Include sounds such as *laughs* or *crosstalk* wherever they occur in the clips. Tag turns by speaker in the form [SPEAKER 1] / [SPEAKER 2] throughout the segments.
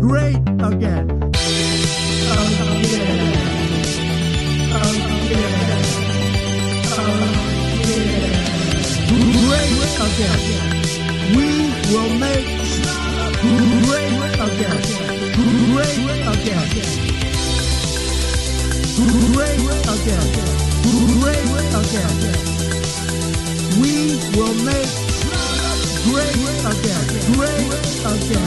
[SPEAKER 1] great again. Oh yeah. Oh yeah. Oh yeah. Great again. We will make great again. Great again. Great again. Great again. We will make great again. Great again. Great again.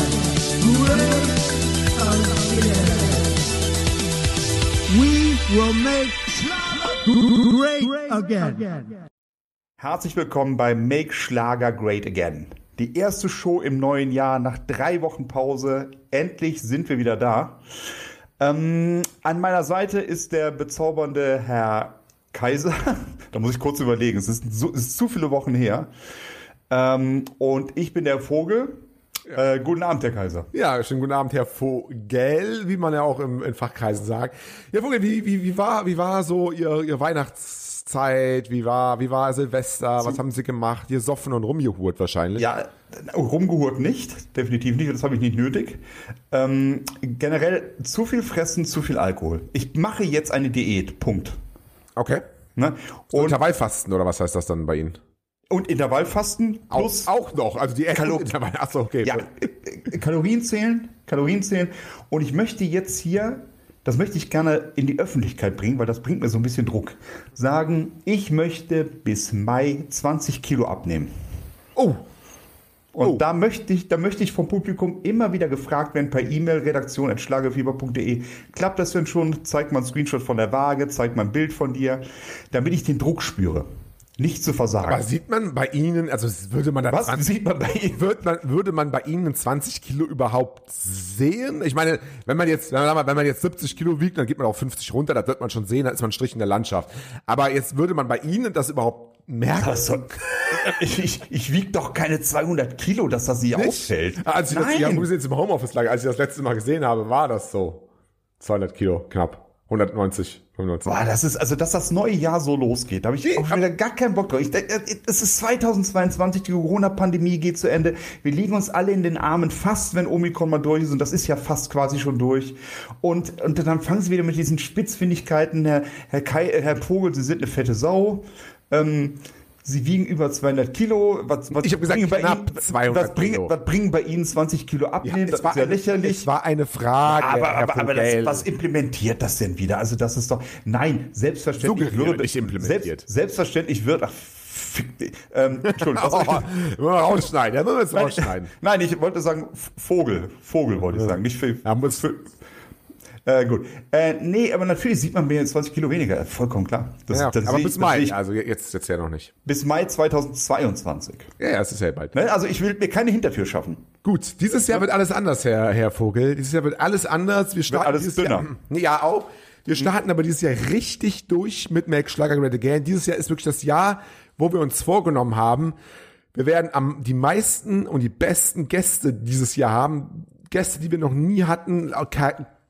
[SPEAKER 1] We will make great again.
[SPEAKER 2] Herzlich willkommen bei Make Schlager Great Again. Die erste Show im neuen Jahr nach drei Wochen Pause. Endlich sind wir wieder da. Ähm, an meiner Seite ist der bezaubernde Herr Kaiser. *laughs* da muss ich kurz überlegen. Es ist, so, es ist zu viele Wochen her. Ähm, und ich bin der Vogel. Äh, guten Abend, Herr Kaiser.
[SPEAKER 3] Ja, schönen guten Abend, Herr Vogel, wie man ja auch im, in Fachkreisen sagt. Herr Vogel, wie, wie, wie, war, wie war so Ihr, Ihr Weihnachtszeit? Wie war, wie war Silvester? Was haben Sie gemacht? Ihr soffen und rumgehurt wahrscheinlich.
[SPEAKER 2] Ja, rumgehurt nicht, definitiv nicht, das habe ich nicht nötig. Ähm, generell zu viel fressen, zu viel Alkohol. Ich mache jetzt eine Diät, Punkt.
[SPEAKER 3] Okay.
[SPEAKER 2] Ne?
[SPEAKER 3] Und
[SPEAKER 2] Und,
[SPEAKER 3] Intervallfasten oder was heißt das dann bei Ihnen?
[SPEAKER 2] und Intervallfasten plus
[SPEAKER 3] auch noch, also die Intervall. Achso, okay.
[SPEAKER 2] ja, äh, Kalorien zählen, Kalorien zählen. Und ich möchte jetzt hier, das möchte ich gerne in die Öffentlichkeit bringen, weil das bringt mir so ein bisschen Druck. Sagen, ich möchte bis Mai 20 Kilo abnehmen.
[SPEAKER 3] Oh,
[SPEAKER 2] Und
[SPEAKER 3] Oh.
[SPEAKER 2] da möchte ich, da möchte ich vom Publikum immer wieder gefragt werden per E-Mail redaktion@schlagefieber.de. Klappt das denn schon? Zeig mal einen Screenshot von der Waage, zeig mal ein Bild von dir, damit ich den Druck spüre, nicht zu versagen.
[SPEAKER 3] aber sieht man bei Ihnen, also würde man da
[SPEAKER 2] Was
[SPEAKER 3] 20
[SPEAKER 2] sieht man bei Ihnen?
[SPEAKER 3] Wird man, würde man bei Ihnen 20 Kilo überhaupt sehen? Ich meine, wenn man jetzt, sagen wir mal, wenn man jetzt 70 Kilo wiegt, dann geht man auf 50 runter, das wird man schon sehen, dann ist man ein Strich in der Landschaft. Aber jetzt würde man bei Ihnen das überhaupt merken.
[SPEAKER 2] Was soll- *laughs* ich, ich, ich wiege doch keine 200 Kilo, dass das nicht, auffällt.
[SPEAKER 3] Ah, Als ich das, Also, ja,
[SPEAKER 2] Nein.
[SPEAKER 3] wir sind jetzt im Homeoffice-Lager. Als ich das letzte Mal gesehen habe, war das so. 200 Kilo, knapp. 190, 95.
[SPEAKER 2] Boah, das ist, also, dass das neue Jahr so losgeht, da habe ich auch schon wieder gar keinen Bock drauf. Ich, denk, äh, es ist 2022, die Corona-Pandemie geht zu Ende. Wir liegen uns alle in den Armen, fast wenn Omikron mal durch ist. Und das ist ja fast quasi schon durch. Und, und dann fangen sie wieder mit diesen Spitzfindigkeiten. Herr, Herr, Kai, äh, Herr Vogel, Sie sind eine fette Sau. Ähm, Sie wiegen über 200 Kilo. Was, was
[SPEAKER 3] Ich hab gesagt,
[SPEAKER 2] bringen bei
[SPEAKER 3] knapp
[SPEAKER 2] Ihnen,
[SPEAKER 3] 200
[SPEAKER 2] was bringen,
[SPEAKER 3] Kilo.
[SPEAKER 2] Was bringen bei Ihnen 20 Kilo
[SPEAKER 3] Ja,
[SPEAKER 2] abnehmen?
[SPEAKER 3] es
[SPEAKER 2] das
[SPEAKER 3] war
[SPEAKER 2] ist ja
[SPEAKER 3] eine-
[SPEAKER 2] lächerlich.
[SPEAKER 3] Es war eine Frage.
[SPEAKER 2] Aber,
[SPEAKER 3] Herr
[SPEAKER 2] aber, aber das,
[SPEAKER 3] Vogel.
[SPEAKER 2] was implementiert das denn wieder? Also das ist doch, nein, selbstverständlich
[SPEAKER 3] Suggeriert,
[SPEAKER 2] würde...
[SPEAKER 3] nicht implementiert.
[SPEAKER 2] Selbst, selbstverständlich wird... Ach, fick, dich. ähm, Entschuldigung.
[SPEAKER 3] *laughs* Oh,
[SPEAKER 2] was-
[SPEAKER 3] müssen wir rausschneiden, ja, müssen wir jetzt rausschneiden.
[SPEAKER 2] nein, ich wollte sagen, F- Vogel. Vogel wollte ich sagen, nicht Film.
[SPEAKER 3] Ja, muss,
[SPEAKER 2] Äh, gut. Äh, nee, aber natürlich sieht man mir 20 Kilo weniger. Vollkommen klar. Das,
[SPEAKER 3] ja,
[SPEAKER 2] das
[SPEAKER 3] aber
[SPEAKER 2] sehe
[SPEAKER 3] bis
[SPEAKER 2] ich- das sehe
[SPEAKER 3] Mai,
[SPEAKER 2] ich.
[SPEAKER 3] also jetzt, jetzt ja noch nicht.
[SPEAKER 2] Bis Mai 2022.
[SPEAKER 3] Ja, ja, es ist ja bald.
[SPEAKER 2] Ne? Also ich will mir keine Hintertür schaffen.
[SPEAKER 3] Gut, dieses Jahr wird alles anders, Herr, Herr Vogel. Dieses Jahr wird alles anders. Wir starten
[SPEAKER 2] alles
[SPEAKER 3] dieses
[SPEAKER 2] dünner. Mhm.
[SPEAKER 3] Jahr, Nee, *laughs* ja, auch. Wir starten aber dieses Jahr richtig durch mit Make Schlager Great Again. Dieses Jahr ist wirklich das Jahr, wo wir uns vorgenommen haben, wir werden am, die meisten und die besten Gäste dieses Jahr haben. Gäste, die wir noch nie hatten.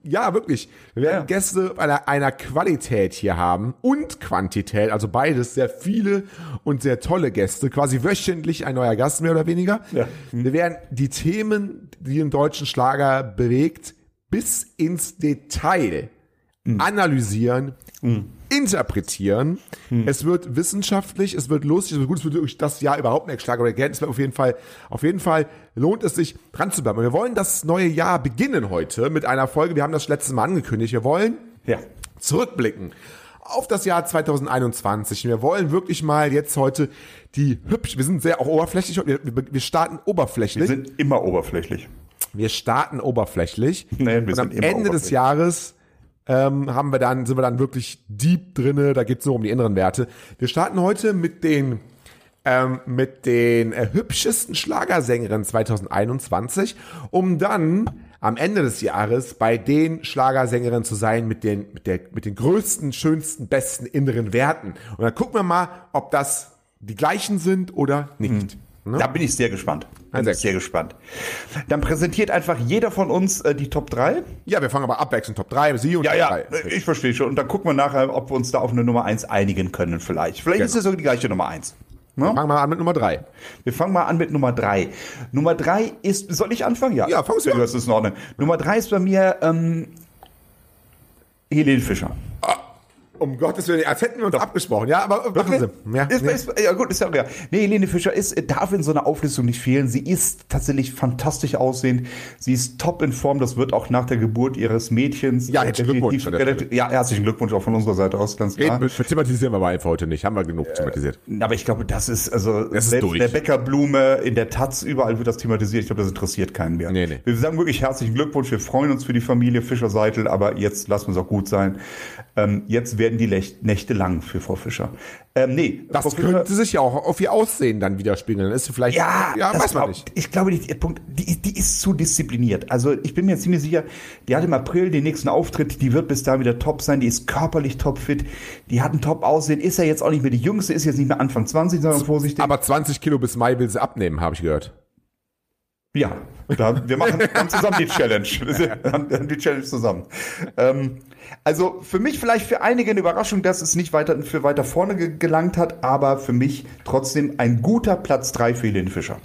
[SPEAKER 3] Ja, wirklich. Wir werden
[SPEAKER 2] Ja.
[SPEAKER 3] Gäste einer, einer Qualität hier haben und Quantität, also beides, sehr viele und sehr tolle Gäste, quasi wöchentlich ein neuer Gast mehr oder weniger.
[SPEAKER 2] Ja.
[SPEAKER 3] Wir werden die Themen, die den deutschen Schlager bewegt, bis ins Detail analysieren, interpretieren. Es wird wissenschaftlich, es wird lustig, es wird gut, es wird durch das Jahr überhaupt nicht Schlager again. Es wird auf jeden Fall, auf jeden Fall lohnt es sich dran zu bleiben. Und Wir wollen das neue Jahr beginnen heute mit einer Folge. Wir haben das letztes Mal angekündigt. Wir wollen
[SPEAKER 2] Ja.
[SPEAKER 3] zurückblicken auf das Jahr 2021. Wir wollen wirklich mal jetzt heute die hübsch, wir sind sehr auch oberflächlich, wir, wir wir starten
[SPEAKER 2] Wir
[SPEAKER 3] oberflächlich. Wir,
[SPEAKER 2] sind immer oberflächlich.
[SPEAKER 3] starten
[SPEAKER 2] *laughs*
[SPEAKER 3] oberflächlich.
[SPEAKER 2] Nee, wir
[SPEAKER 3] und
[SPEAKER 2] sind
[SPEAKER 3] am
[SPEAKER 2] immer
[SPEAKER 3] Ende des
[SPEAKER 2] oberflächlich.
[SPEAKER 3] Jahres ähm, haben wir dann, sind wir dann wirklich deep drinne, da geht's nur um die inneren Werte. Wir starten heute mit den ähm, mit den äh, hübschesten Schlagersängerinnen 2021, um dann am Ende des Jahres bei den Schlagersängerinnen zu sein mit den, mit, der, mit den größten, schönsten, besten inneren Werten. Und dann gucken wir mal, ob das die gleichen sind oder
[SPEAKER 2] Hm.
[SPEAKER 3] nicht.
[SPEAKER 2] Da bin ich sehr gespannt. Bin
[SPEAKER 3] Ein
[SPEAKER 2] ich
[SPEAKER 3] Sechs.
[SPEAKER 2] sehr gespannt. Dann präsentiert einfach jeder von uns äh, die Top 3.
[SPEAKER 3] Ja, wir fangen aber abwechselnd Top 3, Sie und
[SPEAKER 2] Ja,
[SPEAKER 3] Top
[SPEAKER 2] ja,
[SPEAKER 3] 3.
[SPEAKER 2] äh, ich verstehe schon. Und dann gucken wir nachher, ob wir uns da auf eine Nummer 1 einigen können vielleicht. Vielleicht ist
[SPEAKER 3] Genau.
[SPEAKER 2] es sogar die gleiche Nummer 1. Ne?
[SPEAKER 3] Fangen wir mal an mit Nummer drei.
[SPEAKER 2] Wir fangen mal an mit Nummer drei. Nummer drei ist, soll ich anfangen? Ja,
[SPEAKER 3] Ja, fangst du an.
[SPEAKER 2] Das ist in Ordnung. Nummer drei ist bei mir ähm, Helene Fischer.
[SPEAKER 3] Um Gottes Willen, als hätten wir uns abgesprochen, ja, aber äh, machen Sie. Ja,
[SPEAKER 2] ist,
[SPEAKER 3] nee.
[SPEAKER 2] ist, ja gut, ist ja okay. Nee, Helene Fischer ist, darf in so einer Auflistung nicht fehlen. Sie ist tatsächlich fantastisch aussehend. Sie ist top in Form. Das wird auch nach der Geburt ihres Mädchens.
[SPEAKER 3] Ja, herzlichen
[SPEAKER 2] definitiv
[SPEAKER 3] Glückwunsch an der
[SPEAKER 2] relativ- Ja, herzlichen Glückwunsch auch von unserer Seite aus, ganz klar.
[SPEAKER 3] Reden, wir thematisieren wir mal einfach heute nicht. Haben wir genug thematisiert.
[SPEAKER 2] Aber ich glaube, das ist, also,
[SPEAKER 3] Das ist
[SPEAKER 2] selbst
[SPEAKER 3] durch.
[SPEAKER 2] in der Bäckerblume, in der Taz, überall wird das thematisiert. Ich glaube, das interessiert keinen mehr.
[SPEAKER 3] Nee, nee.
[SPEAKER 2] Wir sagen wirklich herzlichen Glückwunsch. Wir freuen uns für die Familie Fischer-Seitel, aber jetzt lassen wir es auch gut sein. Ähm, jetzt werden die Lech Nächte lang für Frau Fischer. Ähm, nee, Frau
[SPEAKER 3] Das
[SPEAKER 2] Fischer-
[SPEAKER 3] könnte sich ja auch auf ihr Aussehen dann widerspiegeln. Dann ist sie vielleicht.
[SPEAKER 2] ja,
[SPEAKER 3] ja
[SPEAKER 2] das
[SPEAKER 3] weiß man
[SPEAKER 2] glaub-
[SPEAKER 3] nicht.
[SPEAKER 2] Ich glaube, die, der Punkt, die, die ist zu diszipliniert. Also ich bin mir ziemlich sicher, die hat im April den nächsten Auftritt, die wird bis dahin wieder top sein, die ist körperlich topfit, die hat ein Top-Aussehen, ist ja jetzt auch nicht mehr die Jüngste, ist jetzt nicht mehr Anfang 20, sondern vorsichtig.
[SPEAKER 3] Aber 20 Kilo bis Mai will sie abnehmen, habe ich gehört.
[SPEAKER 2] Ja, da, wir machen dann zusammen die Challenge. *laughs* Wir haben die Challenge zusammen. Ähm, also für mich vielleicht für einige eine Überraschung, dass es nicht weiter für weiter vorne ge gelangt hat, aber für mich trotzdem ein guter Platz drei für Helene Fischer.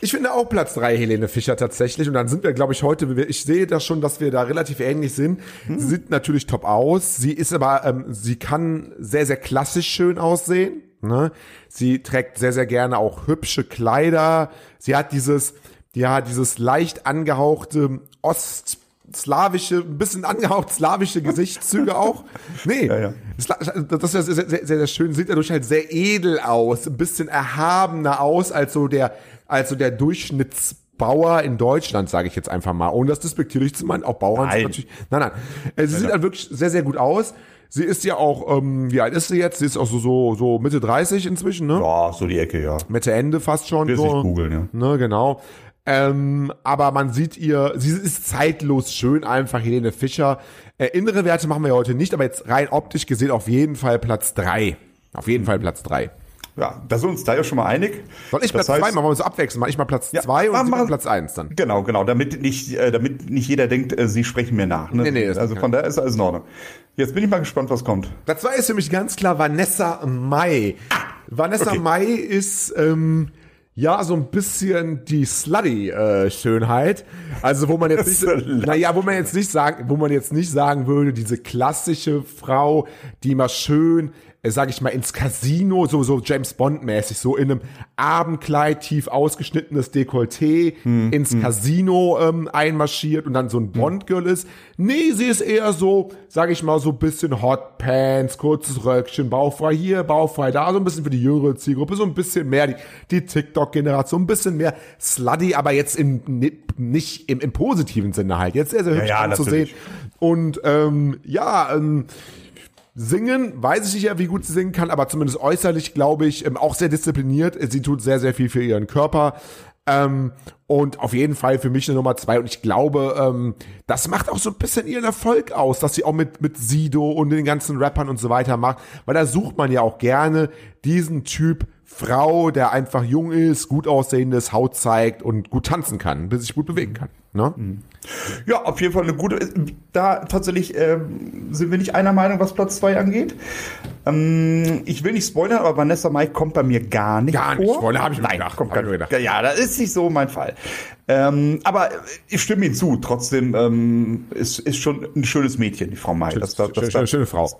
[SPEAKER 3] Ich finde auch Platz drei Helene Fischer tatsächlich. Und dann sind wir, glaube ich, heute, ich sehe das schon, dass wir da relativ ähnlich sind. Sie sieht natürlich top aus. Sie ist aber, ähm, sie kann sehr, sehr klassisch schön aussehen. Ne? Sie trägt sehr, sehr gerne auch hübsche Kleider. Sie hat dieses, ja, dieses leicht angehauchte ostslawische, ein bisschen angehaucht slawische Gesichtszüge auch. Nee,
[SPEAKER 2] ja.
[SPEAKER 3] Sla- Das ist sehr, sehr, sehr, sehr schön, sieht dadurch halt sehr edel aus, ein bisschen erhabener aus als so der, als so der Durchschnittsbauer in Deutschland, sage ich jetzt einfach mal. Ohne das despektierlich zu meinen, auch Bauern
[SPEAKER 2] Nein.
[SPEAKER 3] sind natürlich. Nein, nein. Äh, Sie sieht halt wirklich sehr, sehr gut aus. Sie ist ja auch, ähm, wie alt ist sie jetzt? Sie ist auch so, so, so Mitte 30 inzwischen, ne?
[SPEAKER 2] Ja, so die Ecke, ja.
[SPEAKER 3] Mitte Ende fast schon.
[SPEAKER 2] Will
[SPEAKER 3] so.
[SPEAKER 2] sich googeln, ja.
[SPEAKER 3] Ne, genau. Ähm, aber man sieht ihr, sie ist zeitlos schön einfach, Helene Fischer. Äh, innere Werte machen wir ja heute nicht, aber jetzt rein optisch gesehen auf jeden Fall Platz drei Auf jeden Fall Platz drei
[SPEAKER 2] Ja, da sind wir uns da ja schon mal einig.
[SPEAKER 3] Soll ich
[SPEAKER 2] Das
[SPEAKER 3] Platz zwei
[SPEAKER 2] heißt-
[SPEAKER 3] machen? Wollen wir uns abwechseln? Mach ich mal Platz
[SPEAKER 2] Ja,
[SPEAKER 3] zwei
[SPEAKER 2] mach-
[SPEAKER 3] und sie
[SPEAKER 2] mach-
[SPEAKER 3] machen Platz eins dann.
[SPEAKER 2] Genau, genau, damit nicht, äh, damit nicht jeder denkt, äh, sie sprechen mir nach. Ne?
[SPEAKER 3] Nee, nee, das
[SPEAKER 2] also
[SPEAKER 3] kann-
[SPEAKER 2] von daher ist alles in Ordnung. Jetzt bin ich mal gespannt, was kommt.
[SPEAKER 3] Platz zwei ist für mich ganz klar Vanessa Mai. Vanessa
[SPEAKER 2] okay.
[SPEAKER 3] Mai ist ähm, ja so ein bisschen die Slutty-Schönheit. also wo
[SPEAKER 2] *laughs*
[SPEAKER 3] man jetzt nicht,
[SPEAKER 2] Slutty.
[SPEAKER 3] naja, wo man jetzt nicht sagen, wo man jetzt nicht sagen würde, diese klassische Frau, die mal schön, äh, sag ich mal, ins Casino, so so James Bond mäßig, so in einem Abendkleid, tief ausgeschnittenes Dekolleté
[SPEAKER 2] Hm,
[SPEAKER 3] ins
[SPEAKER 2] Mhm.
[SPEAKER 3] Casino ähm, einmarschiert und dann so ein Bond Girl ist. Nee, sie ist eher so, sag ich mal, so ein bisschen Hot Pants, kurzes Röckchen, bauchfrei hier, bauchfrei da, so ein bisschen für die jüngere Zielgruppe, so ein bisschen mehr die, die TikTok-Generation, ein bisschen mehr slutty, aber jetzt im, ni- nicht im, im positiven Sinne halt. Jetzt sehr, sehr hübsch
[SPEAKER 2] ja,
[SPEAKER 3] anzusehen.
[SPEAKER 2] natürlich.
[SPEAKER 3] Und ähm, ja, ähm, singen, weiß ich nicht, ja, wie gut sie singen kann, aber zumindest äußerlich, glaube ich, ähm, auch sehr diszipliniert. Sie tut sehr, sehr viel für ihren Körper. Ähm, und auf jeden Fall für mich eine Nummer zwei. Und ich glaube, ähm, das macht auch so ein bisschen ihren Erfolg aus, dass sie auch mit, mit Sido und den ganzen Rappern und so weiter macht. Weil da sucht man ja auch gerne diesen Typ Frau, der einfach jung ist, gut aussehendes Haut zeigt und gut tanzen kann, bis sich gut bewegen kann. Ne?
[SPEAKER 2] Ja, auf jeden Fall eine gute. Da tatsächlich ähm, sind wir nicht einer Meinung, was Platz 2 angeht. Ähm, ich will nicht spoilern, aber Vanessa Mai kommt bei mir gar nicht
[SPEAKER 3] Gar
[SPEAKER 2] vor.
[SPEAKER 3] nicht. Wollen, habe ich mir
[SPEAKER 2] Nein,
[SPEAKER 3] gedacht.
[SPEAKER 2] kommt
[SPEAKER 3] Hab
[SPEAKER 2] gar
[SPEAKER 3] ich mir
[SPEAKER 2] nicht.
[SPEAKER 3] gedacht.
[SPEAKER 2] Ja, das ist nicht so mein Fall. Ähm, aber ich stimme Ihnen zu. Trotzdem ähm, ist, ist schon ein schönes Mädchen, die Frau Mai. Das, das, das,
[SPEAKER 3] Schöne, schöne, schöne Frau.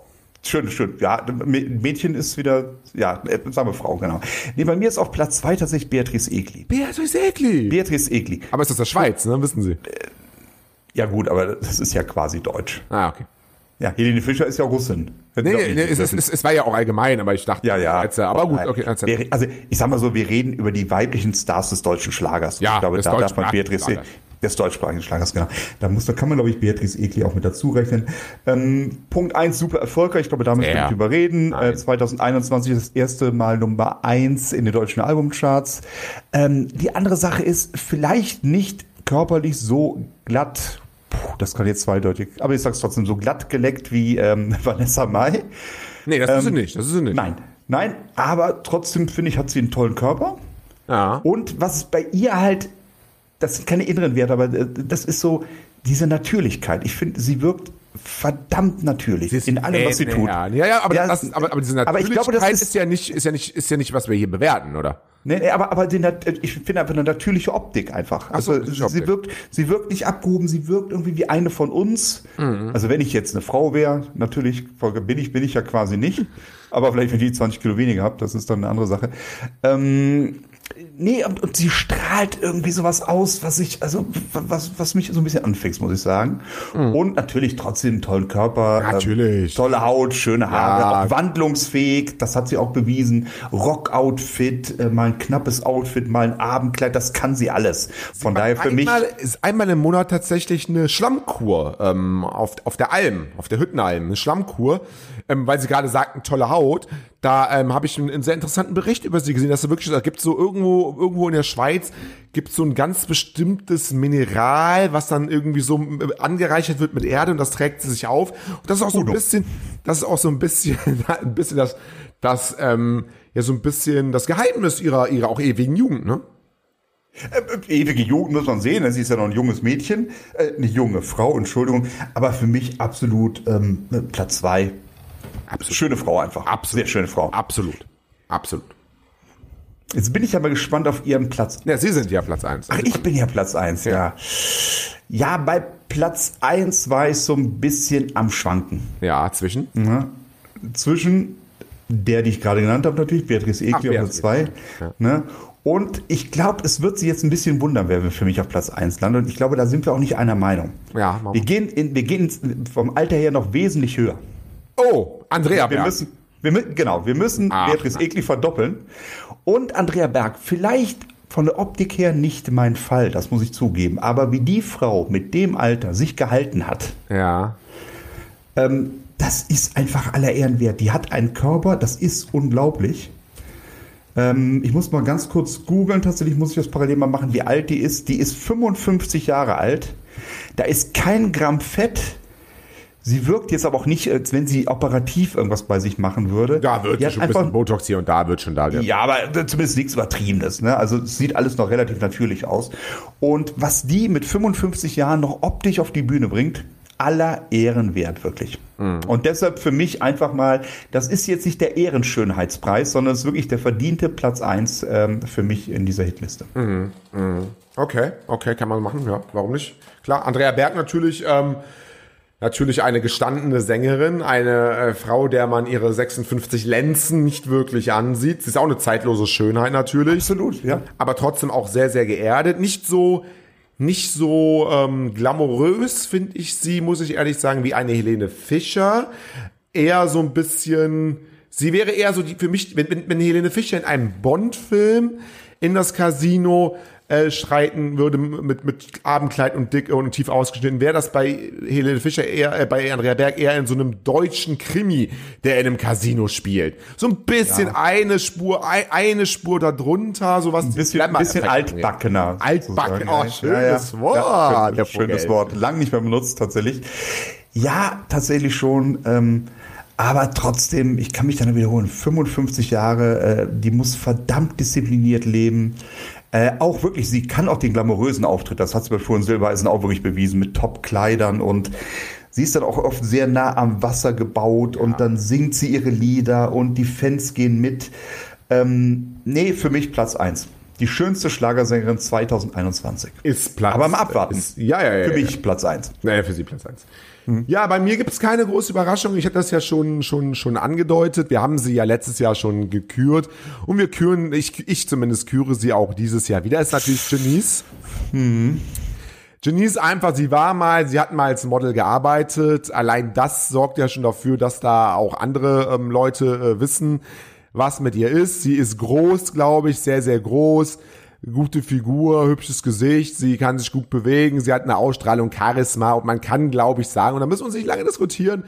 [SPEAKER 2] Schön, schön. Ja, Mä- Mädchen ist wieder, ja, äh, sagen wir Frau, genau. Nee, bei mir ist auf Platz zwei tatsächlich Beatrice Egli.
[SPEAKER 3] Beatrice Egli.
[SPEAKER 2] Beatrice Egli.
[SPEAKER 3] Aber ist das der Schweiz, ne? Wissen Sie.
[SPEAKER 2] Ja gut, aber das ist ja quasi deutsch.
[SPEAKER 3] Ah, okay.
[SPEAKER 2] Ja, Helene Fischer ist ja Russin. Hätten sie
[SPEAKER 3] Nee,
[SPEAKER 2] auch nicht
[SPEAKER 3] nee, nee es, es,
[SPEAKER 2] dürfen.
[SPEAKER 3] es, es war ja auch allgemein, aber ich dachte,
[SPEAKER 2] ja, ja.
[SPEAKER 3] Jetzt, äh, aber gut, okay.
[SPEAKER 2] Also,
[SPEAKER 3] Jetzt,
[SPEAKER 2] also ich sag mal so, wir reden über die weiblichen Stars des deutschen Schlagers.
[SPEAKER 3] Ja,
[SPEAKER 2] ich glaube,
[SPEAKER 3] des
[SPEAKER 2] da darf man
[SPEAKER 3] deutschsprachigen
[SPEAKER 2] Beatrice E-,
[SPEAKER 3] Schlagers.
[SPEAKER 2] des deutschsprachigen Schlagers, genau. Da muss, da kann man, glaube ich, Beatrice Egli auch mit dazu rechnen. Ähm, Punkt eins super erfolgreich. Ich glaube, da müssen wir
[SPEAKER 3] Ja.
[SPEAKER 2] nicht überreden.
[SPEAKER 3] Nein.
[SPEAKER 2] Äh, 2021 das erste Mal Nummer eins in den deutschen Albumcharts. Ähm, die andere Sache ist vielleicht nicht körperlich so glatt. Puh, das kann jetzt zweideutig. Aber ich sag's trotzdem, so glatt geleckt wie ähm, *laughs* Vanessa Mai.
[SPEAKER 3] nee, das ist sie nicht. Das ist sie nicht.
[SPEAKER 2] Ähm, Nein, nein, aber trotzdem finde ich, hat sie einen tollen Körper.
[SPEAKER 3] Ja.
[SPEAKER 2] Und was bei ihr halt, das sind keine inneren Werte, aber äh, das ist so diese Natürlichkeit. Ich finde, sie wirkt verdammt natürlich.
[SPEAKER 3] Sie ist-
[SPEAKER 2] in allem, was sie
[SPEAKER 3] nee,
[SPEAKER 2] tut.
[SPEAKER 3] Ja, ja, ja aber,
[SPEAKER 2] Ja,
[SPEAKER 3] das, aber, aber diese
[SPEAKER 2] aber ich
[SPEAKER 3] Natürlichkeit
[SPEAKER 2] glaube, das
[SPEAKER 3] ist,
[SPEAKER 2] ist-
[SPEAKER 3] ja nicht, ist ja nicht, ist ja nicht, was wir hier bewerten, oder?
[SPEAKER 2] Nee, nee, aber, aber die, nat- ich finde einfach eine natürliche Optik einfach.
[SPEAKER 3] so,
[SPEAKER 2] Also
[SPEAKER 3] natürliche Optik.
[SPEAKER 2] sie, wirkt, sie wirkt nicht abgehoben, sie wirkt irgendwie wie eine von uns.
[SPEAKER 3] Mhm.
[SPEAKER 2] Also wenn ich jetzt eine Frau wäre, natürlich bin ich, bin ich ja quasi nicht. Aber vielleicht, wenn die 20 Kilo weniger habt, das ist dann eine andere Sache. Ähm, nee, und, und sie strahlt irgendwie sowas aus, was ich, also was, was mich so ein bisschen anfixt, muss ich sagen. Und natürlich trotzdem einen tollen Körper. ähm,
[SPEAKER 3] Mhm. Natürlich.
[SPEAKER 2] Tolle Haut, schöne Haare,
[SPEAKER 3] Ja.
[SPEAKER 2] auch wandlungsfähig, das hat sie auch bewiesen. Rock-Outfit, äh, mal ein knappes Outfit, mal ein Abendkleid, das kann sie alles. Von daher für mich,
[SPEAKER 3] einmal, ist einmal im Monat tatsächlich eine Schlammkur ähm, auf, auf der Alm, auf der Hüttenalm, eine Schlammkur, ähm, weil sie gerade sagten, tolle Haut. Da ähm, habe ich einen, einen sehr interessanten Bericht über sie gesehen, dass sie wirklich, da gibt so irgendwo, irgendwo in der Schweiz, gibt so ein ganz bestimmtes Mineral, was dann irgendwie so äh, angereichert wird mit Erde und das trägt sie sich auf. Und das ist auch so ein
[SPEAKER 2] Udo.
[SPEAKER 3] bisschen, das ist auch so ein bisschen, *laughs* ein bisschen das, das ähm, ja so ein bisschen das Geheimnis ihrer, ihrer auch ewigen Jugend, ne?
[SPEAKER 2] äh, ewige Jugend muss man sehen, ne? sie ist ja noch ein junges Mädchen, äh, eine junge Frau, Entschuldigung, aber für mich absolut ähm, Platz zwei.
[SPEAKER 3] Absolut.
[SPEAKER 2] Schöne Frau einfach.
[SPEAKER 3] Absolut.
[SPEAKER 2] Sehr schöne Frau.
[SPEAKER 3] Absolut. Absolut.
[SPEAKER 2] Jetzt bin ich aber gespannt auf ihren Platz.
[SPEAKER 3] Ja, Sie sind ja Platz eins.
[SPEAKER 2] Ach, ich bin ja Platz eins. ja. Ja, bei Platz eins war ich so ein bisschen am Schwanken.
[SPEAKER 3] Ja, zwischen.
[SPEAKER 2] zwischen der, die ich gerade genannt habe, natürlich, Beatrice
[SPEAKER 3] Ach,
[SPEAKER 2] Egli auf
[SPEAKER 3] Beatrice,
[SPEAKER 2] Platz 2. Ne? Und ich glaube, es wird sie jetzt ein bisschen wundern, wer für mich auf Platz 1 landet. Und ich glaube, da sind wir auch nicht einer Meinung.
[SPEAKER 3] Ja, machen wir.
[SPEAKER 2] wir gehen, in, wir gehen ins- vom Alter her noch wesentlich höher.
[SPEAKER 3] Oh, Andrea
[SPEAKER 2] Wir
[SPEAKER 3] Berg.
[SPEAKER 2] müssen, wir, mü- genau, wir müssen
[SPEAKER 3] Ah.
[SPEAKER 2] Beatrice Egli verdoppeln. Und Andrea Berg, vielleicht von der Optik her nicht mein Fall, das muss ich zugeben. Aber wie die Frau mit dem Alter sich gehalten hat,
[SPEAKER 3] ja.
[SPEAKER 2] ähm, das ist einfach aller Ehren wert. Die hat einen Körper, das ist unglaublich. Ähm, ich muss mal ganz kurz googeln, tatsächlich muss ich das parallel mal machen, wie alt die ist. Die ist 55 Jahre alt. Da ist kein Gramm Fett. Sie wirkt jetzt aber auch nicht, als wenn sie operativ irgendwas bei sich machen würde.
[SPEAKER 3] Da wird
[SPEAKER 2] Die hat
[SPEAKER 3] schon ein
[SPEAKER 2] einfach-
[SPEAKER 3] bisschen Botox hier und da wird schon da.
[SPEAKER 2] ja, aber zumindest nichts Übertriebenes. Ne? Also es sieht alles noch relativ natürlich aus. Und was die mit 55 Jahren noch optisch auf die Bühne bringt, aller Ehren wert, wirklich. Und deshalb für mich einfach mal, das ist jetzt nicht der Ehrenschönheitspreis, sondern es ist wirklich der verdiente Platz 1 ähm, für mich in dieser Hitliste.
[SPEAKER 3] Okay, okay, kann man machen, ja. Warum nicht? Klar, Andrea Berg natürlich, ähm, natürlich eine gestandene Sängerin, eine äh, Frau, der man ihre 56 Lenzen nicht wirklich ansieht. Sie ist auch eine zeitlose Schönheit natürlich.
[SPEAKER 2] Absolut, ja.
[SPEAKER 3] aber trotzdem auch sehr, sehr geerdet. Nicht so, nicht so ähm, glamourös finde ich sie, muss ich ehrlich sagen, wie eine Helene Fischer. Eher so ein bisschen, sie wäre eher so die, für mich, wenn, wenn, wenn Helene Fischer in einem Bond-Film in das Casino äh, schreiten würde mit, mit Abendkleid und dick und tief ausgeschnitten, wäre das bei Helene Fischer eher, äh, bei Andrea Berg eher in so einem deutschen Krimi, der in einem Casino spielt. So ein bisschen eine Spur, ei- eine Spur darunter, sowas. Ein
[SPEAKER 2] Bisschen, ein bisschen altbackener. sozusagen.
[SPEAKER 3] Altbacken, oh,
[SPEAKER 2] Ja,
[SPEAKER 3] schönes Wort,
[SPEAKER 2] Ja,
[SPEAKER 3] Herr
[SPEAKER 2] schön, schönes
[SPEAKER 3] Vogel.
[SPEAKER 2] Wort. Lang nicht mehr benutzt, tatsächlich. Ja, tatsächlich schon. Ähm, aber trotzdem, ich kann mich da nur wiederholen, 55 Jahre, äh, die muss verdammt diszipliniert leben. Äh, auch wirklich, sie kann auch den glamourösen Auftritt, das hat sie bei Schuhen Silbereisen auch wirklich bewiesen, mit Top-Kleidern und sie ist dann auch oft sehr nah am Wasser gebaut und dann singt sie ihre Lieder und die Fans gehen mit. Ähm, nee, für mich Platz 1. Die schönste Schlagersängerin 2021.
[SPEAKER 3] Ist Platz.
[SPEAKER 2] Aber im Abwarten.
[SPEAKER 3] Ist, ja, ja, ja.
[SPEAKER 2] Für
[SPEAKER 3] ja.
[SPEAKER 2] mich Platz 1.
[SPEAKER 3] Naja, für sie Platz eins. Ja, bei mir gibt's keine große Überraschung. Ich hatte das ja schon, schon, schon angedeutet. Wir haben sie ja letztes Jahr schon gekürt. Und wir küren, ich, ich zumindest küre sie auch dieses Jahr wieder. Ist natürlich Janice. Janice einfach, sie war mal, sie hat mal als Model gearbeitet. Allein das sorgt ja schon dafür, dass da auch andere ähm, Leute äh, wissen, was mit ihr ist. Sie ist groß, glaube ich, sehr, sehr groß. Gute Figur, hübsches Gesicht, sie kann sich gut bewegen, sie hat eine Ausstrahlung, Charisma und man kann, glaube ich, sagen, und da müssen wir uns nicht lange diskutieren,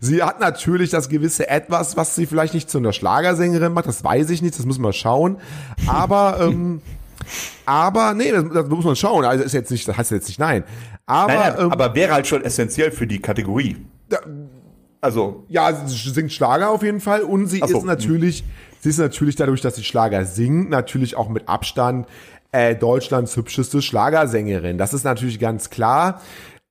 [SPEAKER 3] sie hat natürlich das gewisse Etwas, was sie vielleicht nicht zu einer Schlagersängerin macht, das weiß ich nicht, das müssen wir schauen, aber ähm, aber nee, das, das muss man schauen. Also ist jetzt nicht, das heißt jetzt nicht nein. Aber,
[SPEAKER 2] Nein, nein,
[SPEAKER 3] ähm,
[SPEAKER 2] aber wäre halt schon essentiell für die Kategorie. Also,
[SPEAKER 3] ja, sie singt Schlager auf jeden Fall und sie
[SPEAKER 2] Ach so, mhm.
[SPEAKER 3] ist natürlich, sie ist natürlich dadurch, dass sie Schlager singt, natürlich auch mit Abstand äh, Deutschlands hübscheste Schlagersängerin. Das ist natürlich ganz klar.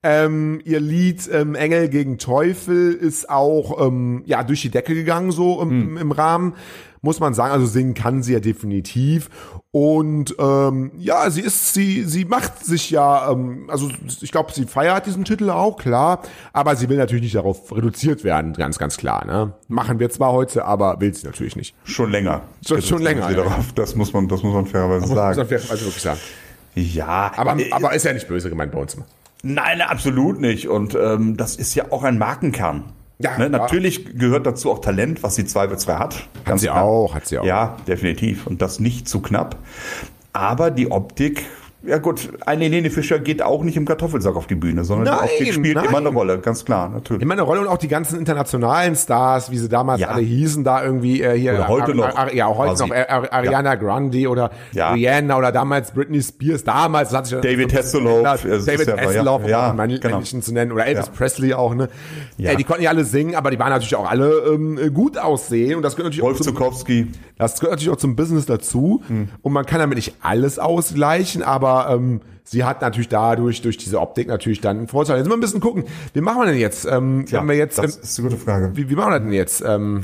[SPEAKER 3] Ähm, ihr Lied ähm, Engel gegen Teufel ist auch ähm, ja durch die Decke gegangen so im, im Rahmen muss man sagen. Also singen kann sie ja definitiv und ähm, ja sie ist sie sie macht sich ja ähm, also ich glaube sie feiert diesen Titel auch klar, aber sie will natürlich nicht darauf reduziert werden ganz ganz klar. Ne? Machen wir zwar heute, aber will sie natürlich nicht. Also,
[SPEAKER 2] Schon länger.
[SPEAKER 3] Schon-
[SPEAKER 2] Jetzt
[SPEAKER 3] schon
[SPEAKER 2] kommen
[SPEAKER 3] länger,
[SPEAKER 2] Sie
[SPEAKER 3] ja.
[SPEAKER 2] darauf. Das muss man, das muss man fairerweise
[SPEAKER 3] Muss
[SPEAKER 2] sagen.
[SPEAKER 3] man fair- also wirklich sagen.
[SPEAKER 2] Ja,
[SPEAKER 3] Aber
[SPEAKER 2] äh,
[SPEAKER 3] aber ist ja nicht böse gemeint bei uns immer.
[SPEAKER 2] Nein, absolut nicht. Und ähm, das ist ja auch ein Markenkern.
[SPEAKER 3] Ja,
[SPEAKER 2] ne?
[SPEAKER 3] ja.
[SPEAKER 2] Natürlich gehört dazu auch Talent, was sie zweifelsfrei hat.
[SPEAKER 3] Hat sie auch, hat sie auch.
[SPEAKER 2] Ja, definitiv. Und das nicht zu knapp. Aber die Optik, ja gut, eine Helene Fischer geht auch nicht im Kartoffelsack auf die Bühne, sondern
[SPEAKER 3] Nein,
[SPEAKER 2] die Optik spielt
[SPEAKER 3] nein.
[SPEAKER 2] immer eine Rolle, ganz klar, natürlich.
[SPEAKER 3] Immer eine Rolle und auch die ganzen internationalen Stars, wie sie damals
[SPEAKER 2] Hm. Ja.
[SPEAKER 3] alle hießen, da irgendwie äh, hier.
[SPEAKER 2] Oder heute noch.
[SPEAKER 3] ja, auch heute
[SPEAKER 2] Quasi.
[SPEAKER 3] noch. Ar- Ar Ariana Grande oder
[SPEAKER 2] Ja.
[SPEAKER 3] Rihanna oder damals Britney Spears. Damals das hat sich
[SPEAKER 2] David Hasselhoff,
[SPEAKER 3] Ja,
[SPEAKER 2] es ist
[SPEAKER 3] David
[SPEAKER 2] ja-
[SPEAKER 3] Hasselhoff, um
[SPEAKER 2] ja,
[SPEAKER 3] auch meinen
[SPEAKER 2] genau.
[SPEAKER 3] Männlichen zu nennen. Oder Elvis
[SPEAKER 2] Ja.
[SPEAKER 3] Presley auch, ne?
[SPEAKER 2] Ja.
[SPEAKER 3] Ey, die konnten ja alle singen, aber die waren natürlich auch alle ähm, gut aussehen. Und das gehört natürlich auch
[SPEAKER 2] Wolf
[SPEAKER 3] zum
[SPEAKER 2] Zukowski,
[SPEAKER 3] das gehört natürlich auch zum Business dazu und man kann damit nicht alles ausgleichen, aber ähm, sie hat natürlich dadurch, durch diese Optik natürlich dann einen Vorteil. Jetzt mal ein bisschen gucken, wie machen wir denn jetzt? Ähm,
[SPEAKER 2] ja,
[SPEAKER 3] haben wir jetzt, ähm,
[SPEAKER 2] das ist eine gute Frage.
[SPEAKER 3] wie, wie machen wir das denn jetzt? Ähm,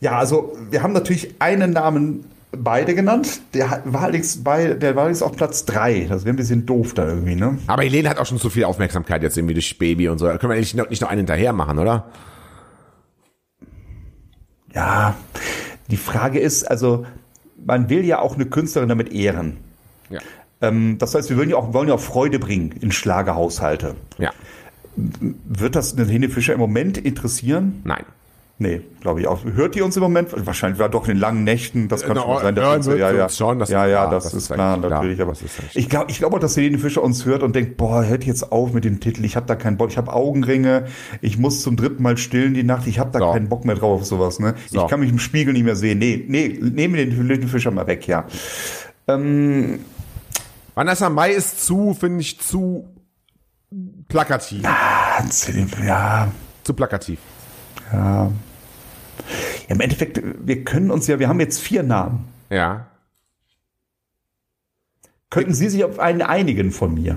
[SPEAKER 2] Ja, also wir haben natürlich einen Namen beide genannt. Der hat- war allerdings, bei, der war allerdings auf Platz drei. Das wäre ein bisschen doof da irgendwie, ne?
[SPEAKER 3] aber Helene hat auch schon zu viel Aufmerksamkeit jetzt irgendwie durch Baby und so. Da können wir eigentlich noch, nicht noch einen hinterher machen, oder?
[SPEAKER 2] Ja, die Frage ist, also man will ja auch eine Künstlerin damit ehren.
[SPEAKER 3] Ja.
[SPEAKER 2] Ähm, das heißt, wir wollen ja, auch, wollen ja auch Freude bringen in Schlagerhaushalte.
[SPEAKER 3] Ja.
[SPEAKER 2] Wird das eine Helene Fischer im Moment interessieren?
[SPEAKER 3] Nein.
[SPEAKER 2] Nee, glaube ich auch. Hört die uns im Moment? Wahrscheinlich war doch in langen Nächten. Das kann
[SPEAKER 3] Äh, Na,
[SPEAKER 2] schon sein. dass
[SPEAKER 3] hören
[SPEAKER 2] uns-
[SPEAKER 3] wird
[SPEAKER 2] ja,
[SPEAKER 3] sie
[SPEAKER 2] ja.
[SPEAKER 3] uns schon, das
[SPEAKER 2] ja,
[SPEAKER 3] ist
[SPEAKER 2] ja,
[SPEAKER 3] klar,
[SPEAKER 2] das,
[SPEAKER 3] das
[SPEAKER 2] ist
[SPEAKER 3] ist
[SPEAKER 2] klar,
[SPEAKER 3] eigentlich
[SPEAKER 2] natürlich.
[SPEAKER 3] klar,
[SPEAKER 2] Aber
[SPEAKER 3] das ist eigentlich
[SPEAKER 2] ich glaube, ich glaube auch, dass Helene Fischer uns hört und denkt, boah, hört jetzt auf mit dem Titel. Ich habe da keinen Bock. Ich habe Augenringe. Ich muss zum dritten Mal stillen die Nacht. Ich habe da
[SPEAKER 3] So.
[SPEAKER 2] keinen Bock mehr drauf auf sowas. Ne?
[SPEAKER 3] So.
[SPEAKER 2] Ich kann mich im Spiegel nicht mehr sehen. Nee, nee, nehmen wir den Helene Fischer mal weg, ja.
[SPEAKER 3] Vanessa Mai ist zu, finde ich, zu plakativ.
[SPEAKER 2] Ganz, ja.
[SPEAKER 3] Zu plakativ.
[SPEAKER 2] Ja, Im Endeffekt, wir können uns ja, wir haben jetzt vier Namen.
[SPEAKER 3] Ja.
[SPEAKER 2] Könnten Sie sich auf einen einigen von mir?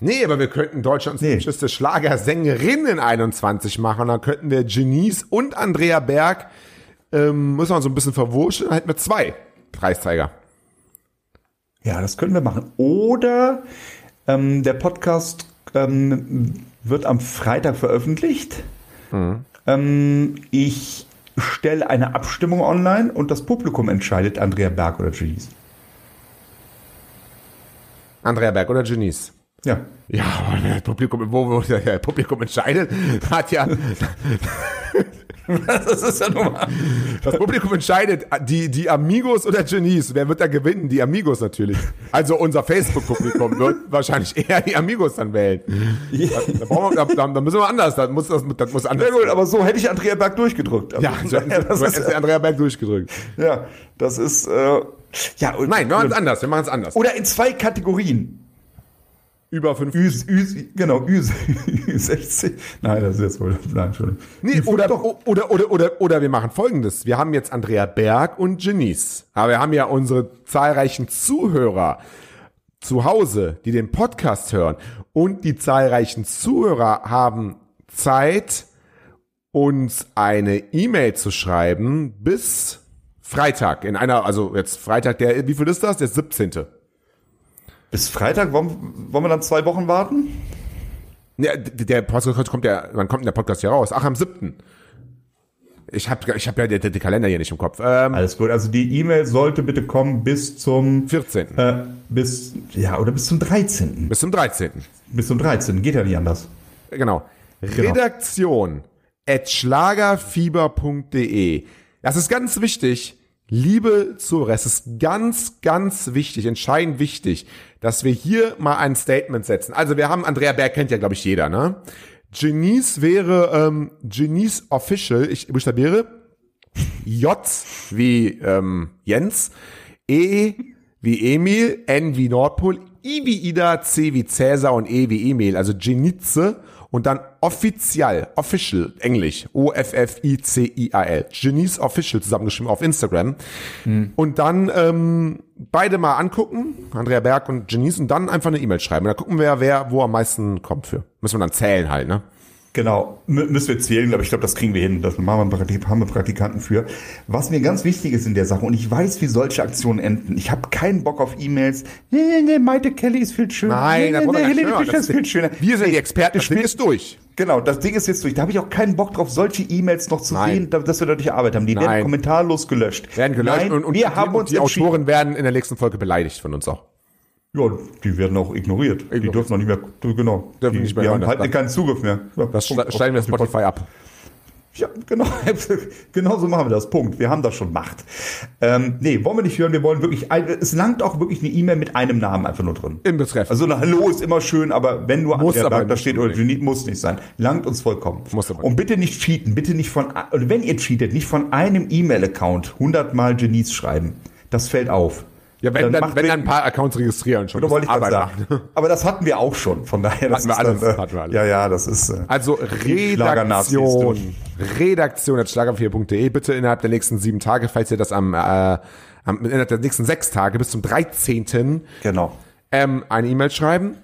[SPEAKER 3] Nee, aber wir könnten Deutschlands
[SPEAKER 2] Nee.
[SPEAKER 3] hübscheste Schlagersängerinnen 21 machen. Dann könnten wir Genies und Andrea Berg, ähm, müssen wir uns so ein bisschen verwurscheln, dann hätten wir zwei Preisträger.
[SPEAKER 2] Ja, das können wir machen. Oder ähm, der Podcast ähm, wird am Freitag veröffentlicht. Ähm, ich stelle eine Abstimmung online und das Publikum entscheidet Andrea Berg oder Genies.
[SPEAKER 3] Andrea Berg oder Genies?
[SPEAKER 2] Ja.
[SPEAKER 3] Ja, aber das Publikum, wo, wo das Publikum entscheidet, *laughs* hat ja,
[SPEAKER 2] *laughs* Das ist ja nun mal.
[SPEAKER 3] das Publikum entscheidet, die, die Amigos oder Genies, wer wird da gewinnen? Die Amigos natürlich. Also unser
[SPEAKER 2] *laughs*
[SPEAKER 3] Facebook-Publikum wird wahrscheinlich eher die Amigos dann wählen. Da, da, brauchen wir, da, da müssen wir anders, da muss, das, das muss anders.
[SPEAKER 2] Ja gut, aber so hätte ich Andrea Berg durchgedrückt. Also
[SPEAKER 3] *laughs* Ja,
[SPEAKER 2] von
[SPEAKER 3] so,
[SPEAKER 2] daher, das
[SPEAKER 3] so
[SPEAKER 2] ist,
[SPEAKER 3] ist Andrea Berg durchgedrückt.
[SPEAKER 2] ja, das ist äh, ja und-
[SPEAKER 3] Nein, wir machen es
[SPEAKER 2] und-
[SPEAKER 3] anders. Wir machen es anders.
[SPEAKER 2] oder in zwei Kategorien.
[SPEAKER 3] Oh, über fünf.
[SPEAKER 2] Ü, Ü, genau, Ü, Ü60. Nein, das ist jetzt wohl. Nein, Entschuldigung.
[SPEAKER 3] Nee, oder, oh, oder, oder, oder, oder wir machen folgendes. Wir haben jetzt Andrea Berg und Genies. Aber wir haben ja unsere zahlreichen Zuhörer zu Hause, die den Podcast hören. Und die zahlreichen Zuhörer haben Zeit, uns eine E-Mail zu schreiben bis Freitag. In einer, also jetzt Freitag, der, wie viel ist das? Der 17.
[SPEAKER 2] Bis Freitag, wollen, wollen wir dann zwei Wochen warten?
[SPEAKER 3] Ja, d- der Podcast kommt ja, wann kommt denn der Podcast hier raus? Ach, am 7. Ich habe ich hab ja den, den Kalender hier nicht im Kopf. Ähm,
[SPEAKER 2] Alles gut, also die E-Mail sollte bitte kommen bis zum
[SPEAKER 3] 14.
[SPEAKER 2] Äh, bis, ja, oder bis zum 13.
[SPEAKER 3] Bis zum 13.
[SPEAKER 2] Bis zum 13. Geht ja nicht anders.
[SPEAKER 3] Genau. Redaktion at schlagerfieber.de. Das ist ganz wichtig. Liebe Zuhörer, es ist ganz, ganz wichtig, entscheidend wichtig, dass wir hier mal ein Statement setzen. Also wir haben, Andrea Berg kennt ja, glaube ich, jeder, ne? Genies wäre, ähm, Genies Official, ich buchstabiere, J wie ähm, Jens, E wie Emil, N wie Nordpol, I wie Ida, C wie Cäsar und E wie Emil, also Genize und dann offiziell, official, Englisch, O-F-F-I-C-I-A-L, Genies Official zusammengeschrieben auf Instagram. Und dann ähm, beide mal angucken, Andrea Berg und Genies, und dann einfach eine E-Mail schreiben. Und dann gucken wir, wer wo am meisten kommt für. Müssen wir dann zählen halt, ne?
[SPEAKER 2] Genau, M müssen wir zählen, aber ich glaube, das kriegen wir hin. Das machen wir, Praktik- haben wir Praktikanten für. Was mir ganz wichtig ist in der Sache, und ich weiß, wie solche Aktionen enden. Ich habe keinen Bock auf E-Mails. Nee, nee, nee, Maite Kelly ist viel schöner.
[SPEAKER 3] Nein,
[SPEAKER 2] nee,
[SPEAKER 3] da
[SPEAKER 2] nee,
[SPEAKER 3] braucht
[SPEAKER 2] nee,
[SPEAKER 3] er
[SPEAKER 2] Helene
[SPEAKER 3] keinen
[SPEAKER 2] Fischer ist viel schöner.
[SPEAKER 3] Schimmer. Wir sind die Experten, das Ding ist durch.
[SPEAKER 2] Genau, das Ding ist jetzt durch. Da habe ich auch keinen Bock drauf, solche E-Mails noch zu
[SPEAKER 3] Nein.
[SPEAKER 2] sehen, da- dass wir dadurch Arbeit haben. Die
[SPEAKER 3] Nein.
[SPEAKER 2] werden kommentarlos gelöscht.
[SPEAKER 3] Werden gelöscht
[SPEAKER 2] Nein,
[SPEAKER 3] und, und,
[SPEAKER 2] wir
[SPEAKER 3] die,
[SPEAKER 2] haben
[SPEAKER 3] und
[SPEAKER 2] uns
[SPEAKER 3] die
[SPEAKER 2] entschieden.
[SPEAKER 3] Autoren werden in der nächsten Folge beleidigt von uns auch.
[SPEAKER 2] Ja, die werden auch ignoriert. Die
[SPEAKER 3] Ignoriert.
[SPEAKER 2] dürfen noch nicht mehr, genau.
[SPEAKER 3] Dürfen
[SPEAKER 2] die,
[SPEAKER 3] nicht mehr
[SPEAKER 2] die haben
[SPEAKER 3] hören,
[SPEAKER 2] halt
[SPEAKER 3] das-
[SPEAKER 2] keinen Zugriff mehr. Ja,
[SPEAKER 3] Das
[SPEAKER 2] Punkt.
[SPEAKER 3] schneiden wir auf Spotify ab.
[SPEAKER 2] Ja, genau. *laughs* genau so machen wir das. Punkt. Wir haben das schon Macht. Ähm, nee, wollen wir nicht hören. Wir wollen wirklich, ein, es langt auch wirklich eine E-Mail mit einem Namen einfach nur drin.
[SPEAKER 3] Im Betreff.
[SPEAKER 2] Also ein Hallo ist immer schön, aber wenn nur
[SPEAKER 3] Muss
[SPEAKER 2] Andrea
[SPEAKER 3] aber
[SPEAKER 2] Berg da
[SPEAKER 3] nicht
[SPEAKER 2] steht oder Genie, muss nicht sein. Langt uns vollkommen.
[SPEAKER 3] Muss aber
[SPEAKER 2] Und bitte nicht cheaten, bitte nicht von, und wenn ihr cheatet, nicht von einem E-Mail-Account hundertmal Genies schreiben. Das fällt auf.
[SPEAKER 3] ja, wenn dann,
[SPEAKER 2] macht
[SPEAKER 3] wenn
[SPEAKER 2] weg-
[SPEAKER 3] dann ein paar Accounts registrieren schon.
[SPEAKER 2] Oder *laughs* wollte ich
[SPEAKER 3] das
[SPEAKER 2] gerade
[SPEAKER 3] Arbeit
[SPEAKER 2] sagen.
[SPEAKER 3] *laughs*
[SPEAKER 2] Aber das hatten wir auch schon, von daher. Das
[SPEAKER 3] Hatten wir
[SPEAKER 2] ist
[SPEAKER 3] alles,
[SPEAKER 2] Dann, äh,
[SPEAKER 3] hatten wir alles.
[SPEAKER 2] Ja, ja, das ist. Äh, *laughs*
[SPEAKER 3] Also
[SPEAKER 2] Schlagernazis,
[SPEAKER 3] Redaktion. Redaktion at schlager4.de. Bitte innerhalb der nächsten sieben Tage, falls ihr das am, äh, am innerhalb der nächsten sechs Tage bis zum 13.
[SPEAKER 2] genau.
[SPEAKER 3] Ähm, eine E-Mail schreiben.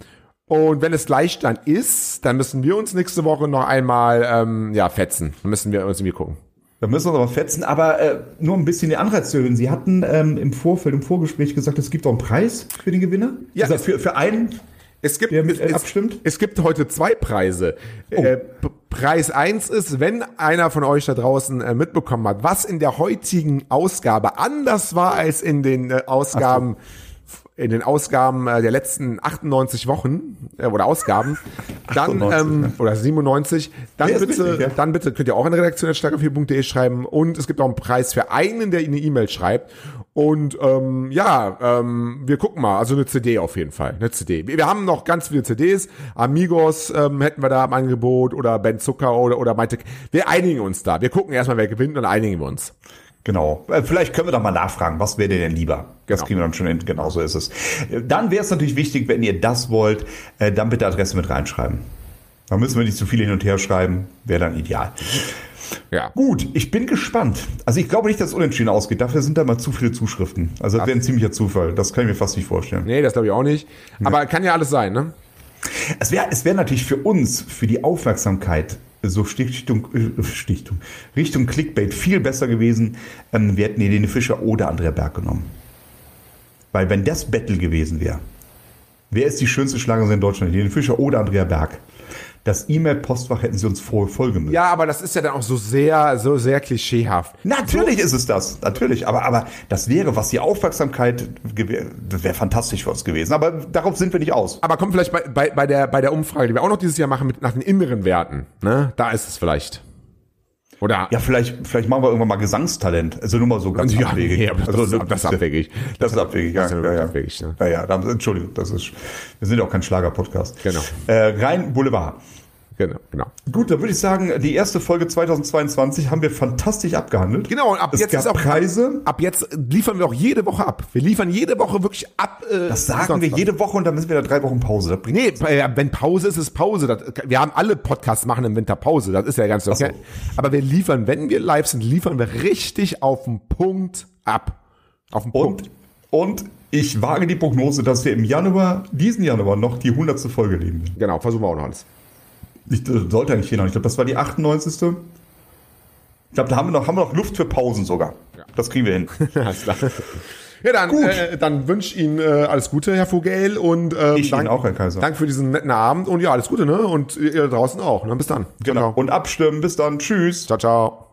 [SPEAKER 3] Und wenn es gleich dann ist, dann müssen wir uns nächste Woche noch einmal ähm, ja, fetzen. Dann müssen wir uns irgendwie gucken.
[SPEAKER 2] Da müssen wir uns aber fetzen, aber äh, nur um ein bisschen den Anreiz zu erhöhen. Sie hatten ähm, im Vorfeld, im Vorgespräch gesagt, es gibt auch einen Preis für den Gewinner.
[SPEAKER 3] Ja,
[SPEAKER 2] also
[SPEAKER 3] es-
[SPEAKER 2] für, für einen.
[SPEAKER 3] Es gibt,
[SPEAKER 2] Wer mit, äh,
[SPEAKER 3] es,
[SPEAKER 2] abstimmt? Oh.
[SPEAKER 3] es gibt heute zwei Preise. Äh, P- Preis eins ist, wenn einer von euch da draußen äh, mitbekommen hat, was in der heutigen Ausgabe anders war als in den äh, Ausgaben in den Ausgaben äh, der letzten 98 Wochen äh, oder Ausgaben, dann
[SPEAKER 2] 98,
[SPEAKER 3] ähm,
[SPEAKER 2] ne?
[SPEAKER 3] oder 97, dann
[SPEAKER 2] Ja, ist
[SPEAKER 3] bitte,
[SPEAKER 2] richtig, ja.
[SPEAKER 3] dann bitte könnt ihr auch in redaktion.starker4.de schreiben und es gibt auch einen Preis für einen, der eine E-Mail schreibt. Und ähm, ja, ähm, wir gucken mal. Also eine CD auf jeden Fall. Eine CD. Wir, wir haben noch ganz viele CDs. Amigos ähm, hätten wir da im Angebot oder Ben Zucker oder, oder Maite. K- Wir einigen uns da. Wir gucken erstmal, wer gewinnt und dann einigen wir uns.
[SPEAKER 2] Genau. Äh, Vielleicht können wir doch mal nachfragen, was wäre dir denn lieber? Das
[SPEAKER 3] Genau.
[SPEAKER 2] kriegen wir dann schon hin. Genau so ist es. Äh, Dann wäre es natürlich wichtig, wenn ihr das wollt, äh, dann bitte Adresse mit reinschreiben. Da müssen wir nicht zu viel hin und her schreiben. Wäre dann ideal.
[SPEAKER 3] Ja.
[SPEAKER 2] Gut, ich bin gespannt. Also ich glaube nicht, dass es unentschieden ausgeht. Dafür sind da mal zu viele Zuschriften. Also das wäre ein ziemlicher Zufall. Das kann ich mir fast nicht vorstellen.
[SPEAKER 3] Nee, das glaube ich auch nicht. Aber kann ja alles sein, ne?
[SPEAKER 2] Es wäre es wär natürlich für uns, für die Aufmerksamkeit, so Stichtung, äh, Stichtung, Richtung Clickbait viel besser gewesen, ähm, wir hätten Helene Fischer oder Andrea Berg genommen. Weil wenn das Battle gewesen wäre, wer ist die schönste Schlagerin in Deutschland, Helene Fischer oder Andrea Berg? Das E-Mail-Postfach hätten sie uns voll, voll gemüllt.
[SPEAKER 3] Ja, aber das ist ja dann auch so sehr, so sehr klischeehaft.
[SPEAKER 2] Natürlich ist es das, natürlich. Aber, aber das wäre, was die Aufmerksamkeit, gewä- das wäre fantastisch für uns gewesen. Aber darauf sind wir nicht aus.
[SPEAKER 3] Aber kommt vielleicht bei, bei, bei, der, bei der Umfrage, die wir auch noch dieses Jahr machen, mit, nach den inneren Werten. Ne? Da ist es vielleicht. Oder?
[SPEAKER 2] Ja, vielleicht, vielleicht machen wir irgendwann mal Gesangstalent. Also nur mal so ganz
[SPEAKER 3] Ja,
[SPEAKER 2] abwegig.
[SPEAKER 3] nee, aber das
[SPEAKER 2] also,
[SPEAKER 3] ist-
[SPEAKER 2] *laughs*
[SPEAKER 3] das ist abwegig.
[SPEAKER 2] Das ist abwegig, ja.
[SPEAKER 3] Das ist
[SPEAKER 2] ja,
[SPEAKER 3] wirklich
[SPEAKER 2] ja.
[SPEAKER 3] abwegig, ne?
[SPEAKER 2] ja, ja da, Entschuldigung, das ist, wir sind ja auch kein Schlager-Podcast.
[SPEAKER 3] Genau.
[SPEAKER 2] Äh, rein Boulevard.
[SPEAKER 3] Genau, genau.
[SPEAKER 2] Gut, dann würde ich sagen, die erste Folge 2022 haben wir fantastisch abgehandelt.
[SPEAKER 3] Genau, und ab
[SPEAKER 2] es
[SPEAKER 3] jetzt
[SPEAKER 2] gab
[SPEAKER 3] ist auch-
[SPEAKER 2] Preise.
[SPEAKER 3] Ab jetzt liefern wir auch jede Woche ab. Wir liefern jede Woche wirklich ab. Äh,
[SPEAKER 2] Das sagen wir jede Woche und dann müssen wir da drei Wochen Pause. Das bringt
[SPEAKER 3] Nee, äh, wenn Pause ist, ist Pause. Das, wir haben alle Podcasts machen im Winter Pause. Das ist ja ganz okay. Aber wir liefern, wenn wir live sind, liefern wir richtig auf den Punkt ab. Auf den Punkt.
[SPEAKER 2] Und, und ich wage die Prognose, dass wir im Januar, diesen Januar noch die 100. Folge leben werden.
[SPEAKER 3] Genau, versuchen wir auch noch alles.
[SPEAKER 2] Ich das sollte eigentlich hier noch. Ich glaube, das war die 98. Ich glaube, da haben wir, noch, haben wir noch Luft für Pausen sogar. Das kriegen wir hin.
[SPEAKER 3] Alles klar. Ja, dann,
[SPEAKER 2] Gut.
[SPEAKER 3] äh, dann wünsche ich Ihnen äh, alles Gute, Herr Vogel. Und ähm,
[SPEAKER 2] Ich Ihnen auch, Herr Kaiser.
[SPEAKER 3] Dank für diesen netten Abend und ja, alles Gute, ne? Und ihr draußen auch. Ne? Bis dann. Ciao,
[SPEAKER 2] Genau.
[SPEAKER 3] ciao.
[SPEAKER 2] Und abstimmen. Bis dann. Tschüss.
[SPEAKER 3] ciao, ciao.